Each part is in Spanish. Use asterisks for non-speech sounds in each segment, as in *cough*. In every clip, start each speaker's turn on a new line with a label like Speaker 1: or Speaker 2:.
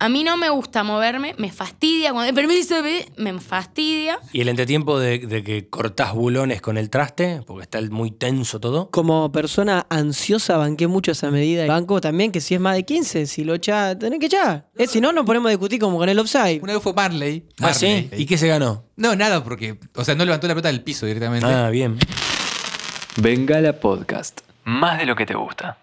Speaker 1: A mí no me gusta moverme, me fastidia cuando... Permiso, me fastidia.
Speaker 2: ¿Y el entretiempo de, de que cortás bulones con el traste? Porque está el muy tenso todo.
Speaker 3: Como persona ansiosa banqué mucho esa medida. Banco también que si es más de 15, si lo echa, tenés que echar. Eh, si no, nos ponemos a discutir como con el offside.
Speaker 4: Una vez fue Marley.
Speaker 2: Ah, sí.
Speaker 4: Marley.
Speaker 2: ¿Y qué se ganó?
Speaker 4: No, nada, porque. O sea, no levantó la pelota del piso directamente.
Speaker 2: Ah, bien.
Speaker 5: Bengala Podcast. Más de lo que te gusta.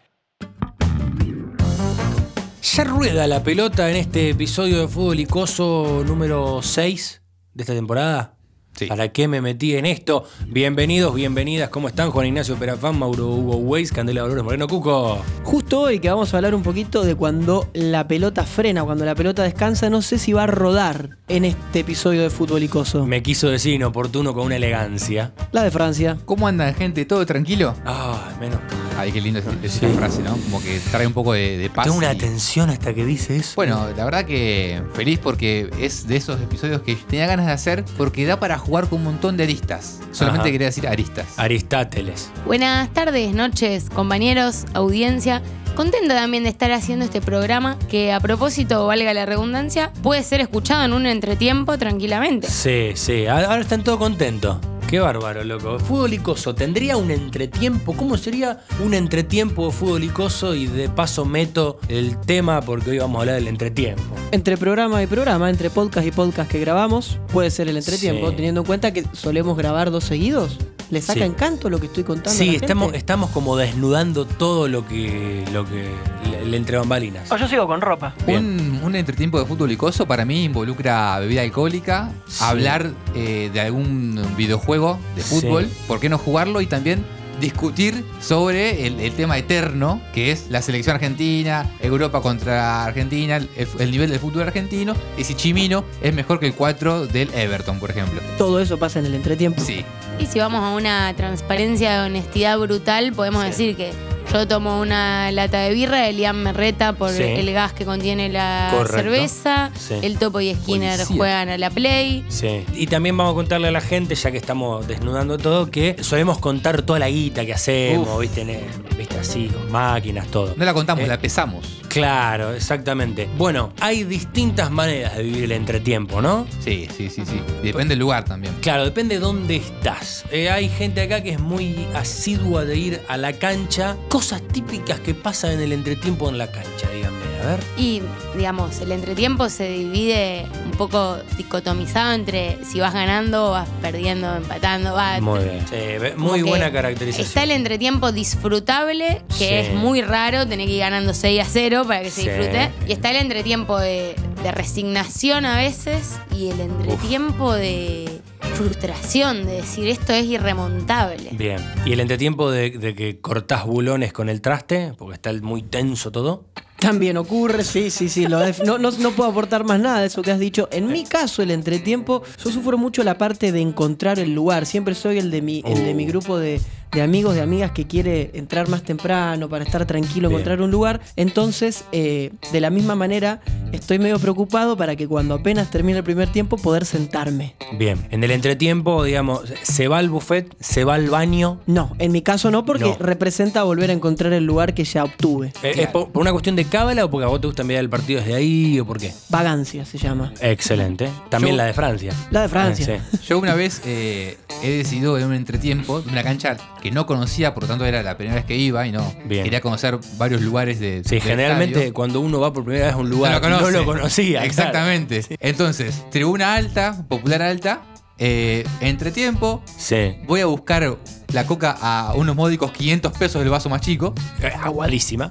Speaker 2: Ya rueda la pelota en este episodio de Fútbol Icoso número 6 de esta temporada.
Speaker 4: Sí.
Speaker 2: ¿Para qué me metí en esto? Bienvenidos, bienvenidas. ¿Cómo están? Juan Ignacio Perafán, Mauro Hugo Weiss, Candela Dolores Moreno Cuco.
Speaker 3: Justo hoy que vamos a hablar un poquito de cuando la pelota frena, cuando la pelota descansa, no sé si va a rodar en este episodio de Fútbol Icoso.
Speaker 2: Me quiso decir inoportuno con una elegancia.
Speaker 3: La de Francia.
Speaker 4: ¿Cómo andan, gente? ¿Todo tranquilo?
Speaker 2: Ah, menos.
Speaker 4: Ay, qué lindo es esa frase, ¿no? Como que trae un poco de, de paz.
Speaker 2: Tengo una
Speaker 4: y-
Speaker 2: tensión hasta que dice eso.
Speaker 4: Bueno, la verdad que feliz porque es de esos episodios que tenía ganas de hacer porque da para jugar con un montón de aristas. Solamente
Speaker 2: Ajá.
Speaker 4: quería decir aristas.
Speaker 2: Aristáteles.
Speaker 1: Buenas tardes, noches, compañeros, audiencia. Contenta también de estar haciendo este programa que, a propósito, valga la redundancia, puede ser escuchado en un entretiempo tranquilamente.
Speaker 2: Sí, sí. A- Ahora están todos contentos. Qué bárbaro, loco. Fútbol Icoso, ¿tendría un entretiempo? ¿Cómo sería un entretiempo de Fútbol Icoso? Y de paso meto el tema porque hoy vamos a hablar del entretiempo.
Speaker 3: Entre programa y programa, entre podcast y podcast que grabamos, puede ser el entretiempo,
Speaker 2: Sí.
Speaker 3: teniendo en cuenta que solemos grabar dos seguidos. Le saca
Speaker 2: Sí.
Speaker 3: encanto lo que estoy contando. a la
Speaker 2: Sí,
Speaker 3: gente?
Speaker 2: estamos, estamos como desnudando todo lo que. lo que. le, le entre bambalinas.
Speaker 3: Oh, yo sigo con ropa.
Speaker 2: Bien.
Speaker 4: Un, un entretiempo de fútbol icoso para mí involucra bebida alcohólica,
Speaker 2: Sí.
Speaker 4: hablar eh, de algún videojuego de
Speaker 2: Sí.
Speaker 4: fútbol, ¿por qué no jugarlo? Y también discutir sobre el, el tema eterno que es la selección argentina, Europa contra Argentina, el, el nivel del fútbol argentino y si Chimino es mejor que el 4 del Everton, por ejemplo.
Speaker 3: Todo eso pasa en el entretiempo.
Speaker 4: Sí,
Speaker 1: Y si vamos a una transparencia de honestidad brutal, podemos decir que yo tomo una lata de birra, Elian me reta por
Speaker 2: Sí.
Speaker 1: el gas que contiene la
Speaker 2: Correcto.
Speaker 1: cerveza,
Speaker 2: Sí.
Speaker 1: el Topo y Skinner
Speaker 4: Policía.
Speaker 1: juegan a la Play.
Speaker 2: Sí. Y también vamos a contarle a la gente, ya que estamos desnudando todo, que solemos contar toda la guita que hacemos,
Speaker 4: Uf.
Speaker 2: ¿viste? En el- ¿Viste? Así, con máquinas, todo.
Speaker 4: no la contamos,
Speaker 2: Eh.
Speaker 4: la pesamos.
Speaker 2: Claro, exactamente. Bueno, hay distintas maneras de vivir el entretiempo, ¿no?
Speaker 4: Sí, sí, sí, sí. Y depende del lugar también.
Speaker 2: Claro, depende de dónde estás. Eh, hay gente acá que es muy asidua de ir a la cancha. Cosas típicas que pasan en el entretiempo en la cancha, díganme. A ver.
Speaker 1: Y, digamos, el entretiempo se divide un poco dicotomizado entre si vas ganando, vas perdiendo, empatando, vas...
Speaker 2: bien. Sí, ve-
Speaker 1: Como
Speaker 2: muy
Speaker 1: que
Speaker 2: buena
Speaker 1: Está
Speaker 2: caracterización.
Speaker 1: el entretiempo disfrutable, que
Speaker 2: Sí.
Speaker 1: es muy raro, tenés que ir ganando 6 a 0 para que se
Speaker 2: Sí.
Speaker 1: disfrute. Y está el entretiempo de, de resignación a veces y el entretiempo de frustración, de decir esto es irremontable.
Speaker 2: Bien. ¿Y el entretiempo de, de que cortás bulones con el traste? Porque está el muy tenso todo.
Speaker 3: También ocurre, sí, sí, sí. lo def- no, no- no puedo aportar más nada de eso que has dicho. En mi caso, el entretiempo, yo sufro mucho la parte de encontrar el lugar. Siempre soy el de mi, el de mi
Speaker 2: Uh.
Speaker 3: grupo de, de amigos, de amigas que quiere entrar más temprano para estar tranquilo,
Speaker 2: Bien.
Speaker 3: encontrar un lugar. Entonces, eh, de la misma manera, estoy medio preocupado para que cuando apenas termine el primer tiempo, poder sentarme.
Speaker 2: Bien. En el entretiempo, digamos, se va al buffet, se va al baño.
Speaker 3: No, en mi caso no, porque
Speaker 2: No.
Speaker 3: representa volver a encontrar el lugar que ya obtuve.
Speaker 2: Eh, ¿Es por, por una cuestión de cábala o porque a vos te gusta mirar el partido desde ahí o por qué?
Speaker 3: Vagancia se llama.
Speaker 2: Excelente. También
Speaker 3: Yo-
Speaker 2: la de Francia.
Speaker 3: La de Francia.
Speaker 2: Eh, sí.
Speaker 4: Yo una vez eh, he decidido en un entretiempo de una cancha que no conocía, por lo tanto era la primera vez que iba y no
Speaker 2: Bien.
Speaker 4: quería conocer varios lugares *laughs* de.
Speaker 2: Sí,
Speaker 4: del
Speaker 2: generalmente
Speaker 4: estadio.
Speaker 2: cuando uno va por primera vez a un lugar no lo,
Speaker 4: conoce.
Speaker 2: conocía. claro.
Speaker 4: Exactamente. Entonces, tribuna alta, popular alta, eh, entretiempo.
Speaker 2: Sí. Eh,
Speaker 4: Voy a buscar la coca a unos módicos 500 pesos del vaso más chico. *laughs*
Speaker 2: Eh, Aguadísima.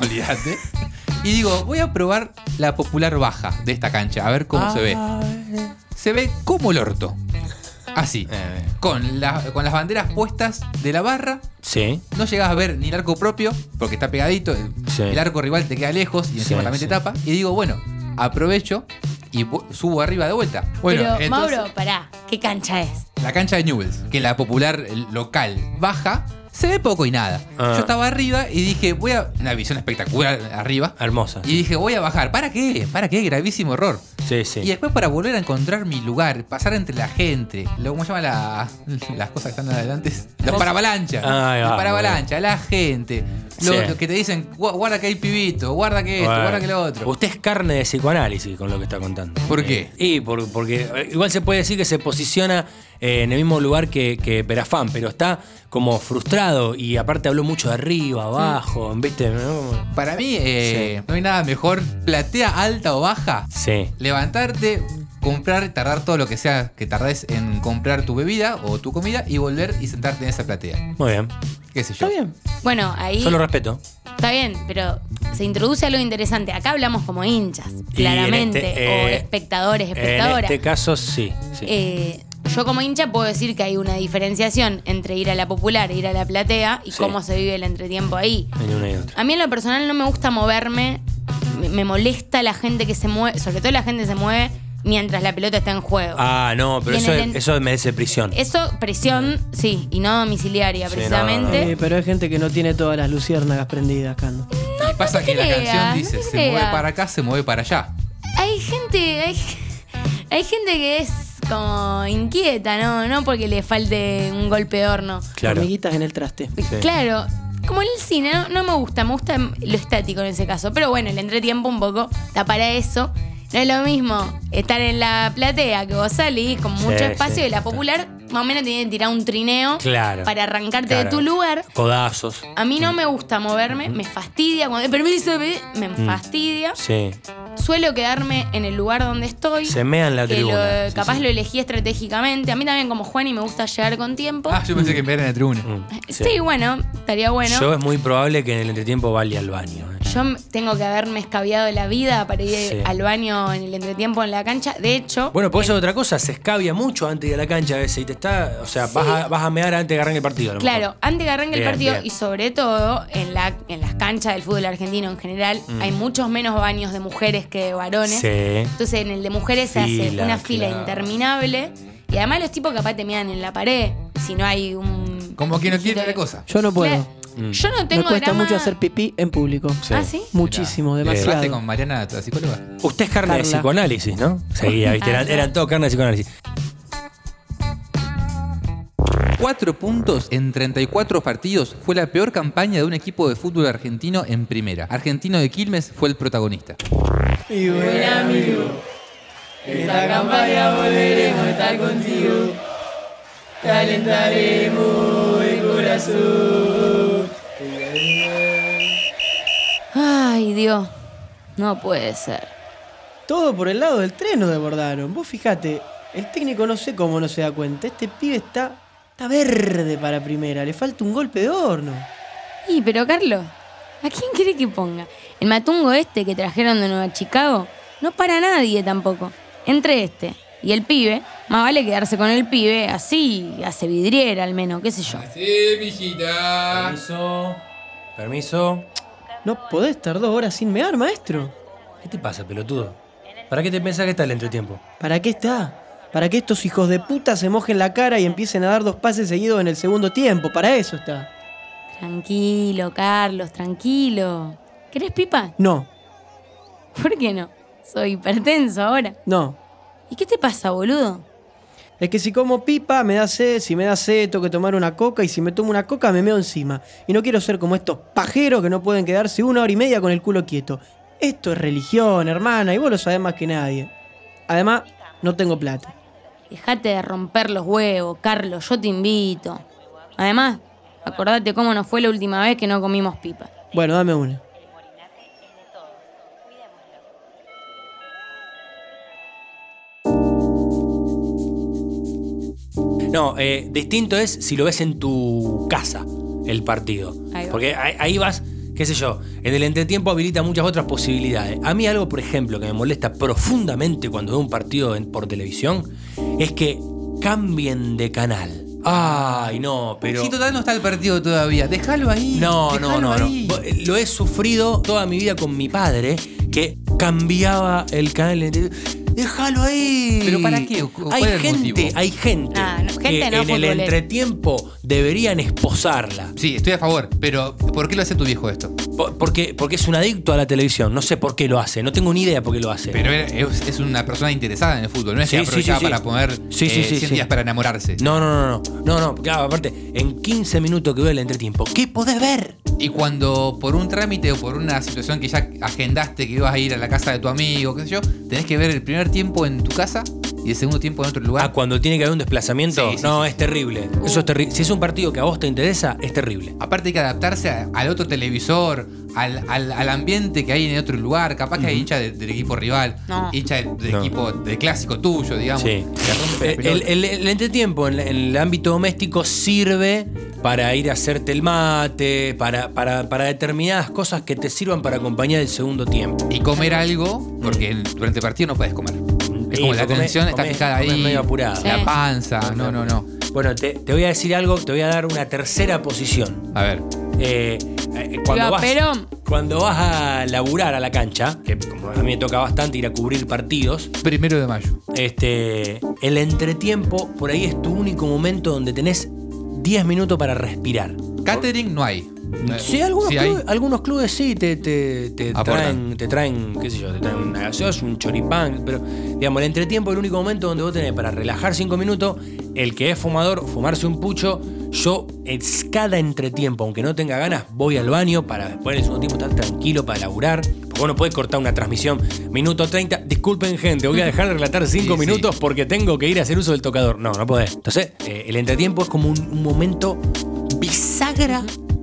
Speaker 4: Olvídate. Y digo, voy a probar la popular baja de esta cancha, a ver cómo se ve.
Speaker 2: Ah.
Speaker 4: se ve como el orto. Así.
Speaker 2: Eh.
Speaker 4: Con, la- con las banderas puestas de la barra,
Speaker 2: Sí.
Speaker 4: no llegas a ver ni el arco propio, porque está pegadito, el,
Speaker 2: Sí.
Speaker 4: el arco rival te queda lejos y encima
Speaker 2: Sí,
Speaker 4: también
Speaker 2: sí.
Speaker 4: te tapa. Y digo, bueno, aprovecho y vo- subo arriba de vuelta. Bueno,
Speaker 1: Pero,
Speaker 4: entonces,
Speaker 1: Mauro, pará, ¿qué cancha es?
Speaker 4: la cancha de Newells, que la popular local baja, se ve poco y nada.
Speaker 2: Ah.
Speaker 4: Yo estaba arriba y dije, voy a. Una visión espectacular arriba.
Speaker 2: Hermosa.
Speaker 4: Y dije, voy a bajar. ¿Para qué? ¿Para qué? Gravísimo error.
Speaker 2: Sí, sí.
Speaker 4: Y después para volver a encontrar mi lugar, pasar entre la gente, lo, ¿cómo se llama *laughs* la- las cosas que están adelante? Los paravalanchas.
Speaker 2: Ah, Ahí va,
Speaker 4: Los paravalanchas, la gente. lo-
Speaker 2: Sí.
Speaker 4: lo que te dicen, "Gua- guarda que hay pibito, guarda que esto,
Speaker 2: Bueno.
Speaker 4: guarda que lo otro.
Speaker 2: Usted es carne de psicoanálisis con lo que está contando.
Speaker 4: ¿Por qué?
Speaker 2: Y por- porque eh, igual se puede decir que se posiciona eh, en el mismo lugar que, que Perafán, pero está como frustrado y aparte habló mucho de arriba, abajo, ¿viste? ¿No?
Speaker 4: Para mí, eh, no hay nada mejor. Platea alta o baja,
Speaker 2: Sí.
Speaker 4: levantarte, comprar, tardar todo lo que sea que tardes en comprar tu bebida o tu comida y volver y sentarte en esa platea.
Speaker 2: Muy bien.
Speaker 4: ¿Qué sé
Speaker 3: Está
Speaker 4: yo?
Speaker 3: bien.
Speaker 1: Bueno, ahí
Speaker 2: Yo lo respeto.
Speaker 1: está bien, pero se introduce algo interesante. Acá hablamos como hinchas,
Speaker 2: Y en
Speaker 1: claramente,
Speaker 2: este,
Speaker 1: o
Speaker 2: eh,
Speaker 1: espectadores,
Speaker 2: En
Speaker 1: espectadoras.
Speaker 2: este caso, sí. sí.
Speaker 1: Eh, yo como hincha puedo decir que hay una diferenciación entre ir a la popular e ir a la platea y
Speaker 2: Sí.
Speaker 1: cómo se vive el entretiempo ahí.
Speaker 2: en una y otra.
Speaker 1: A mí en lo personal no me gusta moverme, me, me molesta la gente que se mueve, sobre todo la gente que se mueve mientras la pelota está en juego.
Speaker 2: Ah, no, pero
Speaker 1: Y en
Speaker 2: eso,
Speaker 1: el
Speaker 2: es-
Speaker 1: en-
Speaker 2: eso merece prisión.
Speaker 1: Eso, presión, sí, y no domiciliaria
Speaker 2: Sí,
Speaker 1: precisamente.
Speaker 2: no,
Speaker 3: Eh, pero hay gente que no tiene todas las luciérnagas prendidas, Cando.
Speaker 4: y pasa
Speaker 1: no
Speaker 4: que la
Speaker 1: creas,
Speaker 4: canción dice,
Speaker 1: no
Speaker 4: se
Speaker 1: creas.
Speaker 4: mueve para acá, se mueve para allá.
Speaker 1: Hay gente, hay, hay gente que es como inquieta, ¿no? No porque le falte un golpe de horno.
Speaker 2: Claro.
Speaker 3: Amiguitas en el traste.
Speaker 2: Sí.
Speaker 1: Claro, como en el cine, no, no me gusta, me gusta lo estático en ese caso. Pero bueno, el entretiempo un poco está para eso. No es lo mismo estar en la platea que vos salís con mucho
Speaker 2: Sí,
Speaker 1: espacio
Speaker 2: sí,
Speaker 1: y la
Speaker 2: está.
Speaker 1: popular más o menos tiene que tirar un trineo
Speaker 2: Claro.
Speaker 1: para arrancarte
Speaker 2: Claro. Mm.
Speaker 1: de tu lugar.
Speaker 2: Codazos.
Speaker 1: A mí no me gusta moverme, me fastidia. Cuando, "Eh, permiso, eh", me
Speaker 2: Mm.
Speaker 1: fastidia.
Speaker 2: Sí.
Speaker 1: Suelo quedarme en el lugar donde estoy.
Speaker 2: Se mea en la
Speaker 1: que lo-
Speaker 2: tribuna. Sí,
Speaker 1: capaz
Speaker 2: sí.
Speaker 1: lo elegí estratégicamente. A mí también, como Juan, y me gusta llegar con tiempo.
Speaker 4: Ah, yo pensé que me era en la tribuna.
Speaker 2: Mm,
Speaker 1: sí. bueno, estaría bueno.
Speaker 2: Yo es muy probable que en el entretiempo vaya al baño. eh.
Speaker 1: Yo m- tengo que haberme escabiado la vida para ir
Speaker 2: Sí.
Speaker 1: al baño en el entretiempo en la cancha. De hecho,
Speaker 2: Bueno, por eso es otra cosa, se escabia mucho antes de la cancha a veces y te está. O sea, vas, a, vas a mear antes de agarrar el partido. a lo
Speaker 1: claro,
Speaker 2: mejor.
Speaker 1: antes que arranque el
Speaker 2: Bien,
Speaker 1: partido
Speaker 2: bien.
Speaker 1: y sobre todo en, la, en las canchas del fútbol argentino en general, hay muchos menos baños de mujeres que de varones.
Speaker 2: Mm. Sí.
Speaker 1: Entonces en el de mujeres se hace
Speaker 2: Fila,
Speaker 1: una fila
Speaker 2: claro.
Speaker 1: interminable y además los tipos capaz te miran en la pared si no hay un...
Speaker 4: Como que no quiere
Speaker 1: Claro.
Speaker 4: otra cosa.
Speaker 3: Yo no puedo. Mm.
Speaker 1: Yo no tengo
Speaker 3: Me cuesta
Speaker 1: drama-
Speaker 3: mucho hacer pipí en público.
Speaker 2: Sí.
Speaker 1: ¿Ah, sí?
Speaker 3: Muchísimo,
Speaker 2: Mirá,
Speaker 3: demasiado.
Speaker 4: ¿Hablaste con Mariana, la psicóloga?
Speaker 2: Usted es carne de
Speaker 3: Carla.
Speaker 2: psicoanálisis, ¿no? Seguía, ¿viste? Eran,
Speaker 1: Ah,
Speaker 2: eran todo carne de psicoanálisis.
Speaker 4: Cuatro puntos en 34 partidos fue la peor campaña de un equipo de fútbol argentino en primera. Argentino de Quilmes fue el protagonista.
Speaker 3: Y buen amigo, esta campaña volveremos a estar contigo. Te alentaremos el corazón.
Speaker 1: Ay, Dios, no puede ser.
Speaker 3: Todo por el lado del tren nos desbordaron. Vos fijate, el técnico no sé cómo no se da cuenta. Este pibe está, está verde para primera. Le falta un golpe de horno.
Speaker 1: Y pero Carlos, ¿a quién quiere que ponga? El matungo este que trajeron de Nueva Chicago no para nadie tampoco. Entre este y el pibe, más vale quedarse con el pibe, así hace vidriera al menos, qué sé yo.
Speaker 4: Sí, mijita.
Speaker 2: Permiso. Permiso.
Speaker 3: No podés estar dos horas sin mear, maestro.
Speaker 2: ¿Qué te pasa, pelotudo? ¿Para qué te pensás que está el entretiempo?
Speaker 3: ¿Para qué está? Para que estos hijos de puta se mojen la cara y empiecen a dar dos pases seguidos en el segundo tiempo. Para eso está.
Speaker 1: Tranquilo, Carlos, tranquilo. ¿Querés pipa?
Speaker 3: No,
Speaker 1: ¿Por qué no? Soy hipertenso ahora.
Speaker 3: no.
Speaker 1: ¿Y qué te pasa, boludo?
Speaker 3: Es que si como pipa me da sed, si me da sed tengo que tomar una coca y si me tomo una coca me meo encima. Y no quiero ser como estos pajeros que no pueden quedarse una hora y media con el culo quieto. Esto es religión, hermana, y vos lo sabés más que nadie. Además, no tengo plata.
Speaker 1: Dejate de romper los huevos, Carlos, yo te invito. Además, acordate cómo nos fue la última vez que no comimos pipa.
Speaker 3: Bueno, dame una.
Speaker 2: No, eh, distinto es si lo ves en tu casa, el partido.
Speaker 1: Ahí va.
Speaker 2: Porque ahí, ahí vas, qué sé yo, en el entretiempo habilita muchas otras posibilidades. A mí algo, por ejemplo, que me molesta profundamente cuando veo un partido en- por televisión, es que cambien de canal. Ay, no, pero...
Speaker 4: Si total no está el partido todavía, déjalo ahí.
Speaker 2: No, no,
Speaker 4: déjalo
Speaker 2: no, no.
Speaker 4: ahí.
Speaker 2: Lo he sufrido toda mi vida con mi padre, que cambiaba el canal. Déjalo ahí.
Speaker 4: ¿Pero para qué? ¿Cuál
Speaker 2: Hay
Speaker 4: era el
Speaker 2: gente,
Speaker 4: motivo?
Speaker 2: hay gente,
Speaker 1: Ah, no, gente
Speaker 2: que
Speaker 1: no,
Speaker 2: en el
Speaker 1: futbolera.
Speaker 2: entretiempo deberían esposarla.
Speaker 4: Sí, estoy a favor, pero ¿por qué lo hace tu viejo esto?
Speaker 2: Po- Porque, porque es un adicto a la televisión. No sé por qué lo hace. No tengo ni idea por qué lo hace.
Speaker 4: Pero es, es una persona interesada en el fútbol, no es
Speaker 2: Sí,
Speaker 4: que
Speaker 2: sí,
Speaker 4: aprovechaba
Speaker 2: sí, sí.
Speaker 4: para poner
Speaker 2: Sí, sí,
Speaker 4: eh,
Speaker 2: sí,
Speaker 4: 100
Speaker 2: sí.
Speaker 4: días para enamorarse.
Speaker 2: No, no, no, no. No, no. Claro, aparte, en 15 minutos que veo el entretiempo, ¿qué podés ver?
Speaker 4: Y cuando por un trámite o por una situación que ya agendaste que ibas a ir a la casa de tu amigo, qué sé yo, tenés que ver el primer tiempo en tu casa y el segundo tiempo en otro lugar.
Speaker 2: Ah, cuando tiene que haber un desplazamiento.
Speaker 4: Sí, sí,
Speaker 2: no,
Speaker 4: sí,
Speaker 2: es terrible. Eso es terrible. Si es un partido que a vos te interesa, es terrible.
Speaker 4: Aparte hay que adaptarse a- al otro televisor, al, al- al ambiente que hay en otro lugar. Capaz que hay hincha de- del equipo rival,
Speaker 1: No.
Speaker 4: hincha del, del
Speaker 2: No.
Speaker 4: equipo de clásico tuyo, digamos.
Speaker 2: Sí.
Speaker 4: Te rompe la
Speaker 2: Eh, El,
Speaker 4: pelota.
Speaker 2: el- el entretiempo en, en el ámbito doméstico sirve para ir a hacerte el mate, para, para, para determinadas cosas que te sirvan para acompañar el segundo tiempo.
Speaker 4: Y comer algo, porque en- durante el partido no puedes comer. Es
Speaker 2: Y
Speaker 4: como la
Speaker 2: comés-
Speaker 4: atención está
Speaker 2: comés-
Speaker 4: fijada
Speaker 2: comés
Speaker 4: ahí.
Speaker 2: medio apurada.
Speaker 1: Sí.
Speaker 4: La panza, no, no, no.
Speaker 2: Bueno, te, te voy a decir algo, te voy a dar una tercera posición.
Speaker 4: A ver.
Speaker 2: Eh, eh, cuando,
Speaker 1: Iba
Speaker 2: vas,
Speaker 1: Perón.
Speaker 2: cuando vas a laburar a la cancha, que como a mí me toca bastante ir a cubrir partidos,
Speaker 4: Primero de mayo.
Speaker 2: este, el entretiempo por ahí es tu único momento donde tenés 10 minutos para respirar.
Speaker 4: Catering no hay.
Speaker 2: Sí, algunos,
Speaker 4: Eh, Sí hay.
Speaker 2: clubes, algunos clubes sí te, te, te traen,
Speaker 4: Aportan.
Speaker 2: te traen, qué sé yo, te traen una gaseosa, un choripán, pero digamos, el entretiempo es el único momento donde vos tenés para relajar cinco minutos, el que es fumador, fumarse un pucho, yo es cada entretiempo, aunque no tenga ganas, voy al baño para después en el segundo tiempo estar tranquilo para laburar, porque vos no podés cortar una transmisión, minuto 30, disculpen gente, voy a dejar de relatar cinco
Speaker 4: Sí, sí.
Speaker 2: minutos porque tengo que ir a hacer uso del tocador, no, no podés. Entonces, eh, el entretiempo es como un- un momento bisagra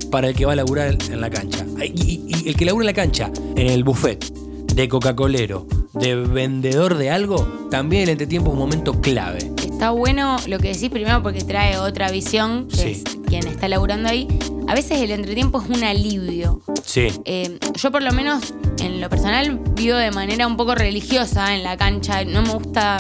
Speaker 2: para el que va a laburar en la cancha. Y, y- y el que labura en la cancha, en el buffet, de Coca-Colero, de vendedor de algo, también el entretiempo es un momento clave.
Speaker 1: Está bueno lo que decís primero porque trae otra visión, que
Speaker 2: Sí.
Speaker 1: es quien está laburando ahí. A veces el entretiempo es un alivio.
Speaker 2: Sí.
Speaker 1: Eh, yo por lo menos en lo personal vivo de manera un poco religiosa en la cancha. No me gusta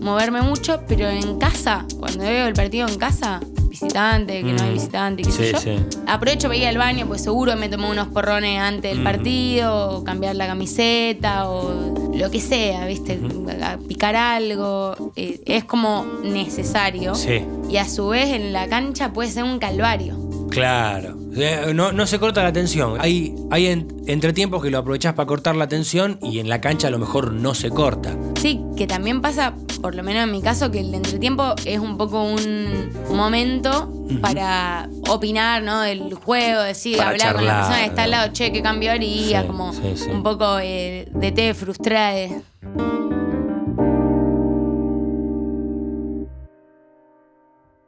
Speaker 1: moverme mucho, pero en casa, cuando veo el partido en casa, visitante, que no hay
Speaker 2: Mm.
Speaker 1: visitante, qué sé
Speaker 2: Sí,
Speaker 1: yo,
Speaker 2: sí.
Speaker 1: aprovecho para ir al baño, pues seguro me tomo unos porrones antes
Speaker 2: Mm.
Speaker 1: del partido, o cambiar la camiseta o lo que sea, ¿viste? A- a Picar algo. Eh, es como necesario.
Speaker 2: Sí.
Speaker 1: Y a su vez en la cancha puede ser un calvario.
Speaker 2: Claro. Eh, No, no se corta la tensión. Hay, hay en- entretiempos que lo aprovechás para cortar la tensión y en la cancha a lo mejor no se corta.
Speaker 1: Sí, que también pasa, por lo menos en mi caso, que el entretiempo es un poco un momento para opinar, ¿no? Del juego, decir,
Speaker 2: Para
Speaker 1: hablar con la
Speaker 2: charlar,
Speaker 1: persona que está al
Speaker 2: ¿no?
Speaker 1: lado, che, ¿qué cambio haría?
Speaker 2: Sí,
Speaker 1: como
Speaker 2: sí, sí.
Speaker 1: un poco eh, de té frustrada.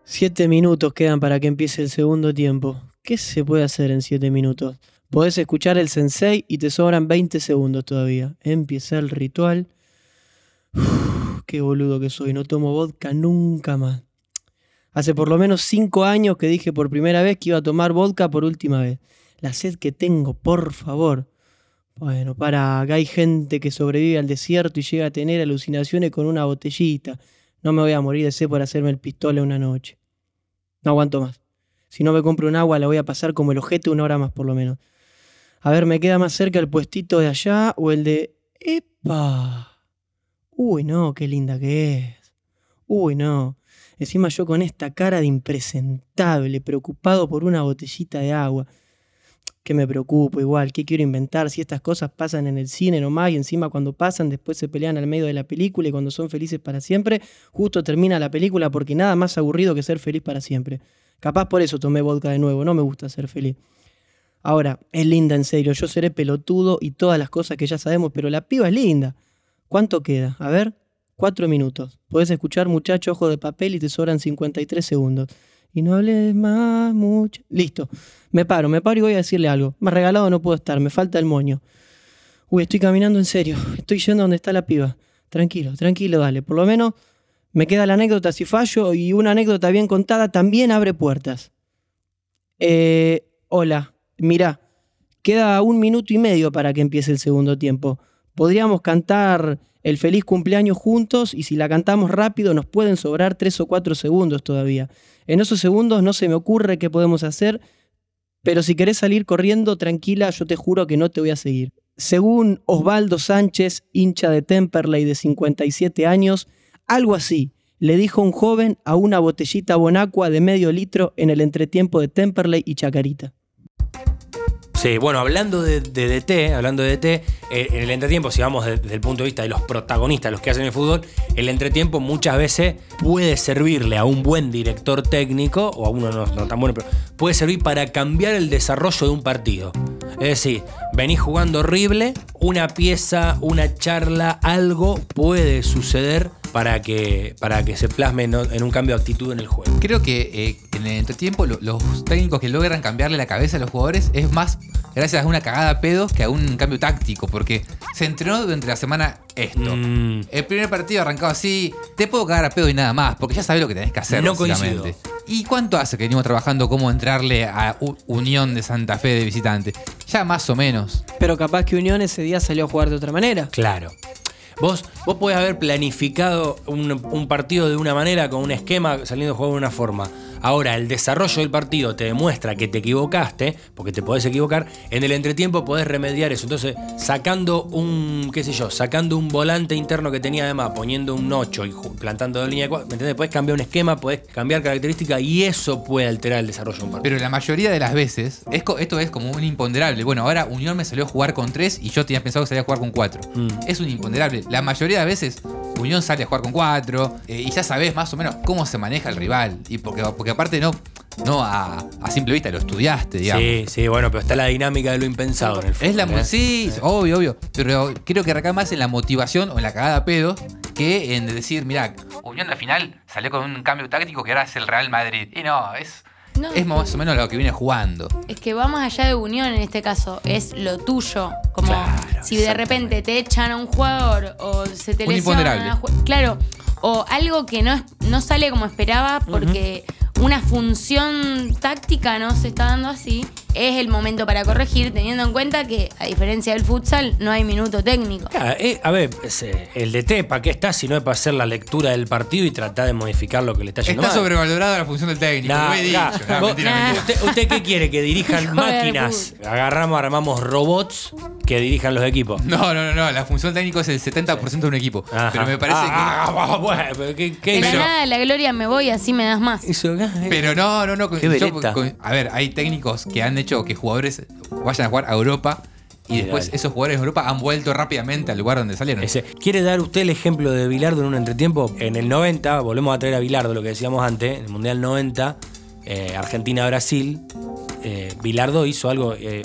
Speaker 3: Siete minutos quedan para que empiece el segundo tiempo. ¿Qué se puede hacer en siete minutos? Podés escuchar el sensei y te sobran 20 segundos todavía. Empieza el ritual. Uf, qué boludo que soy, no tomo vodka nunca más. Hace por lo menos cinco años que dije por primera vez que iba a tomar vodka por última vez. La sed que tengo, por favor. Bueno, para, acá hay gente que sobrevive al desierto y llega a tener alucinaciones con una botellita. No me voy a morir de sed por hacerme el pistola una noche. No aguanto más. Si no me compro un agua, la voy a pasar como el ojete una hora más por lo menos. A ver, ¿me queda más cerca el puestito de allá o el de... ¡Epa! Uy, no, qué linda que es. Uy, no. Encima yo con esta cara de impresentable, preocupado por una botellita de agua. ¿Qué me preocupo igual? ¿Qué quiero inventar? Si estas cosas pasan en el cine nomás y encima cuando pasan después se pelean al medio de la película y cuando son felices para siempre, justo termina la película porque nada más aburrido que ser feliz para siempre. Capaz por eso tomé vodka de nuevo, no me gusta ser feliz. Ahora, es linda en serio, yo seré pelotudo y todas las cosas que ya sabemos, pero la piba es linda. ¿Cuánto queda? A ver, cuatro minutos. Podés escuchar muchacho ojo de papel y te sobran 53 segundos. Y no hables más mucho. Listo, me paro, me paro y voy a decirle algo. Más regalado no puedo estar, me falta el moño. Uy, estoy caminando en serio, estoy yendo donde está la piba. Tranquilo, tranquilo, dale. Por lo menos me queda la anécdota si fallo y una anécdota bien contada también abre puertas. Eh, hola, mirá, queda un minuto y medio para que empiece el segundo tiempo. Podríamos cantar el feliz cumpleaños juntos y si la cantamos rápido nos pueden sobrar tres o cuatro segundos todavía. En esos segundos no se me ocurre qué podemos hacer, pero si querés salir corriendo tranquila, yo te juro que no te voy a seguir. Según Osvaldo Sánchez, hincha de Temperley de 57 años, algo así le dijo un joven a una botellita bonacua de medio litro en el entretiempo de Temperley y Chacarita.
Speaker 2: Sí, bueno, hablando de, de DT, hablando de DT, eh, en el entretiempo, si vamos de- desde el punto de vista de los protagonistas, los que hacen el fútbol, el entretiempo muchas veces puede servirle a un buen director técnico, o a uno no, no tan bueno, pero puede servir para cambiar el desarrollo de un partido. Es decir, venís jugando horrible, una pieza, una charla, algo puede suceder para que, para que se plasme en, en un cambio de actitud en el juego.
Speaker 4: Creo que eh, en el entretiempo lo- los técnicos que logran cambiarle la cabeza a los jugadores es más gracias a una cagada a pedos que a un cambio táctico, porque se entrenó durante la semana esto.
Speaker 2: Mm.
Speaker 4: El primer partido arrancado así, te puedo cagar a pedo y nada más, porque ya sabes lo que tenés que hacer.
Speaker 2: No
Speaker 4: básicamente. ¿Y cuánto hace que venimos trabajando cómo entrarle a U- Unión de Santa Fe de visitante? Ya más o menos.
Speaker 3: Pero capaz que Unión ese día salió a jugar de otra manera.
Speaker 2: Claro. Vos, vos podés haber planificado un, un partido de una manera, con un esquema, saliendo a jugar de una forma. Ahora, el desarrollo del partido te demuestra que te equivocaste, porque te podés equivocar. En el entretiempo podés remediar eso. Entonces, sacando un, qué sé yo, sacando un volante interno que tenía además, poniendo un 8 y ju- plantando dos líneas de cuatro, ¿me entendés? Podés cambiar un esquema, podés cambiar características y eso puede alterar el desarrollo de un partido.
Speaker 4: Pero la mayoría de las veces, es co- esto es como un imponderable. Bueno, ahora Unión me salió a jugar con 3 y yo tenía pensado que salía a jugar con 4.
Speaker 2: Mm.
Speaker 4: Es un imponderable. La mayoría de veces Unión sale a jugar con 4 y ya sabes más o menos cómo se maneja el rival. Y porque, porque aparte no, no a, a simple vista, lo estudiaste, digamos.
Speaker 2: sí, sí, bueno, pero está la dinámica de lo impensado en el fútbol.
Speaker 4: Es la
Speaker 2: ¿eh?
Speaker 4: sí, obvio, obvio. Pero creo que recae más en la motivación o en la cagada a pedo que en decir, mirá, Unión al final salió con un cambio táctico que ahora es el Real Madrid. Y no, es,
Speaker 1: No.
Speaker 4: es más o menos lo que viene jugando.
Speaker 1: Es que va más allá de unión en este caso, es lo tuyo. Como
Speaker 4: Claro,
Speaker 1: si de
Speaker 4: exactamente.
Speaker 1: repente te echan a un jugador o se te
Speaker 4: Un imponderable.
Speaker 1: lesiona. a ju- Claro, o algo que no, es- no sale como esperaba porque una función táctica no se está dando así. Es el momento para corregir, teniendo en cuenta que, a diferencia del futsal, no hay minuto técnico.
Speaker 2: Ah, eh, a ver, es, eh, el DT, ¿para qué está si no es para hacer la lectura del partido y tratar de modificar lo que le está yendo
Speaker 4: Está
Speaker 2: mal?
Speaker 4: sobrevalorada la función del técnico,
Speaker 2: Nah,
Speaker 4: lo he dicho.
Speaker 2: nah.
Speaker 4: No,
Speaker 2: Vos-
Speaker 4: mentira,
Speaker 1: Nah.
Speaker 2: *laughs*
Speaker 4: mentira.
Speaker 2: ¿Usted, usted qué quiere? ¿Que dirijan
Speaker 1: Hijo de
Speaker 2: máquinas? Agarramos, armamos robots que dirijan los equipos.
Speaker 4: No, no, no, no, la función del técnico es el 70% de un equipo.
Speaker 2: Ajá.
Speaker 4: Pero me parece
Speaker 2: Ah,
Speaker 4: que.
Speaker 2: ah, *laughs* bueno, pero ¿qué, qué
Speaker 1: De la
Speaker 2: hizo?
Speaker 1: nada, a la gloria me voy, así me das más.
Speaker 2: Hizo-
Speaker 4: Pero no, no, no. con-
Speaker 2: ah. Qué
Speaker 4: yo-
Speaker 2: veleta.
Speaker 4: con- a ver, hay técnicos que han hecho que jugadores vayan a jugar a Europa y después
Speaker 2: Ideal.
Speaker 4: esos jugadores de Europa han vuelto rápidamente al lugar donde salieron.
Speaker 2: Ese. ¿Quiere dar usted el ejemplo de Bilardo en un entretiempo? En el 90, volvemos a traer a Bilardo, lo que decíamos antes, en el Mundial 90, eh, Argentina-Brasil, eh, Bilardo hizo algo eh,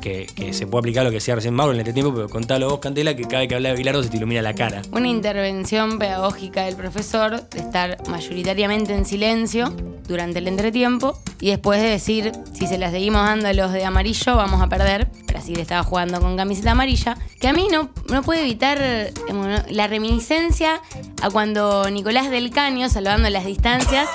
Speaker 2: que, que se puede aplicar a lo que decía recién Mauro en el entretiempo, pero contalo vos, Candela, que cada vez que habla de Bilardo se te ilumina la cara.
Speaker 1: Una intervención pedagógica del profesor de estar mayoritariamente en silencio durante el entretiempo y después de decir, si se la seguimos dando a los de amarillo, vamos a perder. Brasil estaba jugando con camiseta amarilla, que a mí no, no puede evitar eh, bueno, la reminiscencia a cuando Nicolás del Caño, salvando las distancias,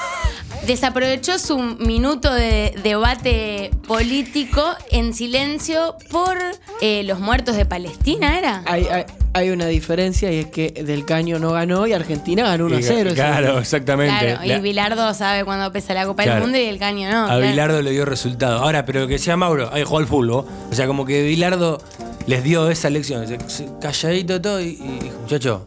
Speaker 1: desaprovechó su minuto de debate político en silencio por eh, los muertos de Palestina, ¿era?
Speaker 3: Hay, hay- hay una diferencia y es que Del Caño no ganó y Argentina ganó 1 a 0.
Speaker 2: Claro, exactamente.
Speaker 1: Claro,
Speaker 2: La-
Speaker 1: y Bilardo sabe cuando pesa la Copa
Speaker 2: Claro.
Speaker 1: del Mundo y el caño no.
Speaker 2: a
Speaker 1: claro.
Speaker 2: Bilardo le dio resultado. Ahora, pero lo que decía Mauro, ahí jugó al fútbol. ¿vos? O sea, como que Bilardo les dio esa lección. se- se- Calladito todo y, y dijo, muchacho,